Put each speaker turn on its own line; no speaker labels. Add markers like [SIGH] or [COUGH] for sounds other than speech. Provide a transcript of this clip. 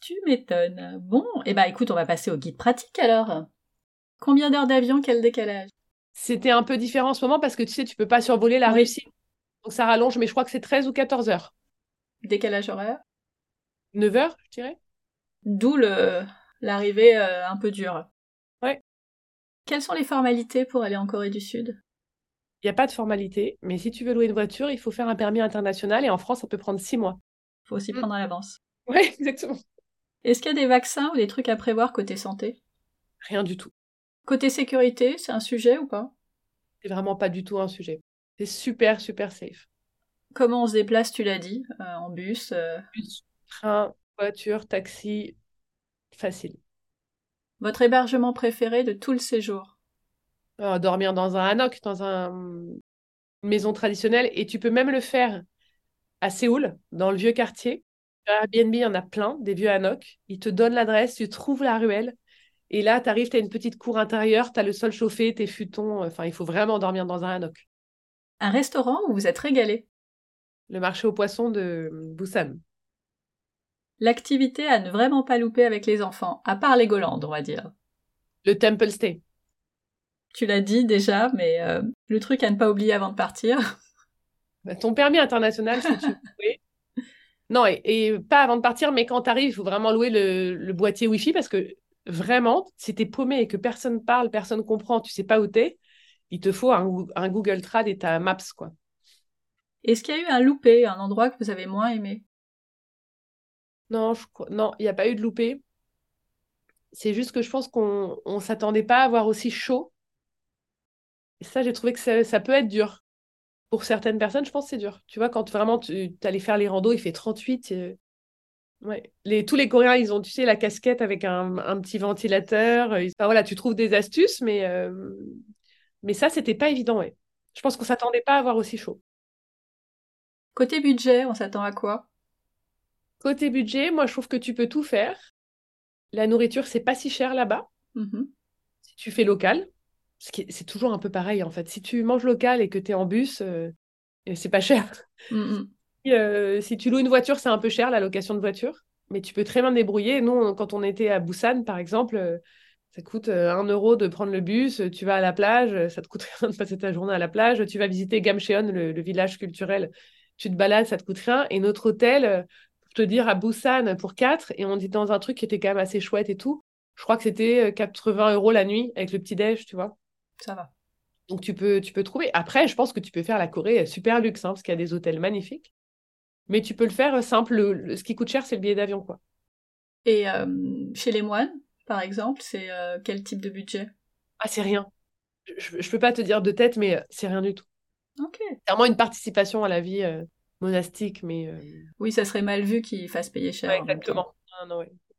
Tu m'étonnes. Bon, eh ben écoute, on va passer au guide pratique alors. Combien d'heures d'avion, quel décalage
C'était un peu différent en ce moment parce que tu sais, tu peux pas survoler la
Oui.
Russie. Donc ça rallonge, mais je crois que c'est 13 ou 14 heures.
Décalage horaire
9 heures, je dirais.
D'où le- l'arrivée euh, un peu dure.
Ouais.
Quelles sont les formalités pour aller en Corée du Sud
Il n'y a pas de formalité, mais si tu veux louer une voiture, il faut faire un permis international et en France, ça peut prendre 6 mois.
Faut s'y
Mm.
prendre à l'avance.
Oui, exactement.
Est-ce qu'il y a des vaccins ou des trucs à prévoir côté santé
Rien du tout.
Côté sécurité, c'est un sujet ou pas
C'est vraiment pas du tout un sujet. C'est super, super safe.
Comment on se déplace, tu l'as dit, euh, en bus euh,
Bus, train, voiture, taxi, facile.
Votre hébergement préféré de tout le séjour
Euh, dormir dans un hanok, dans un- une maison traditionnelle. Et tu peux même le faire à Séoul, dans le vieux quartier. Sur Airbnb, il y en a plein, des vieux hanoks. Ils te donnent l'adresse, tu trouves la ruelle. Et là, tu arrives, tu as une petite cour intérieure, tu as le sol chauffé, tes futons. euh, Enfin, il faut vraiment dormir dans un hanok.
Un restaurant où vous êtes régalé
Le marché aux poissons de Busan.
L'activité à ne vraiment pas louper avec les enfants, à part les Golandes, on va dire.
Le Temple Stay.
Tu l'as dit déjà, mais euh, le truc à ne pas oublier avant de partir. [LAUGHS]
Bah, ton permis international, si tu veux louer. Non, et, et pas avant de partir, mais quand tu arrives, il faut vraiment louer le, le boîtier Wi-Fi parce que vraiment, si t'es paumé et que personne parle, personne comprend, tu sais pas où t'es, il te faut un, Goo- un Google Trad et ta Maps, quoi.
Est-ce qu'il y a eu un loupé, un endroit que vous avez moins aimé
Non, je crois- non, il n'y a pas eu de loupé. C'est juste que je pense qu'on on s'attendait pas à avoir aussi chaud. Et ça, j'ai trouvé que ça, ça peut être dur. Pour certaines personnes, je pense que c'est dur. Tu vois, quand vraiment tu allais faire les randos, il fait 38. euh, Ouais. Les, tous les Coréens, ils ont, tu sais, la casquette avec un, un petit ventilateur. euh, ils- Enfin, voilà, tu trouves des astuces, mais, euh, mais ça, c'était pas évident, ouais. Je pense qu'on s'attendait pas à avoir aussi chaud.
Côté budget, on s'attend à quoi
Côté budget, moi, je trouve que tu peux tout faire. La nourriture, c'est pas si cher là-bas.
Mhm.
si tu fais local, ce qui est- c'est toujours un peu pareil en fait. Si tu manges local et que tu es en bus, euh, euh, c'est pas cher.
Mhm.
Et, euh, si tu loues une voiture, c'est un peu cher la location de voiture, mais tu peux très bien te débrouiller. Nous, on- quand on était à Busan, par exemple, euh, ça coûte euh, un euro de prendre le bus, euh, tu vas à la plage, euh, ça te coûte [LAUGHS] rien de passer ta journée à la plage, tu vas visiter Gamcheon, le, le village culturel, tu te balades, ça te coûte rien. Et notre hôtel, euh, pour te dire, à Busan pour 4, et on était dans un truc qui était quand même assez chouette et tout, je crois que c'était euh, 80 euros la nuit avec le petit-déj, tu vois.
Ça va.
Donc tu peux, tu peux trouver. Après, je pense que tu peux faire la Corée euh, super luxe, hein, parce qu'il y a des hôtels magnifiques. Mais tu peux le faire euh, simple. Le- le- ce qui coûte cher, c'est le billet d'avion, quoi.
Et euh, chez les moines, par exemple, c'est euh, quel type de budget
Ah, c'est rien. Je ne peux pas te dire de tête, mais euh, c'est rien du tout.
Ok.
C'est vraiment une participation à la vie euh, monastique, mais... euh,
Oui, ça serait mal vu qu'ils fassent payer cher.
ouais,
en même temps.
exactement. Ah, non, ouais.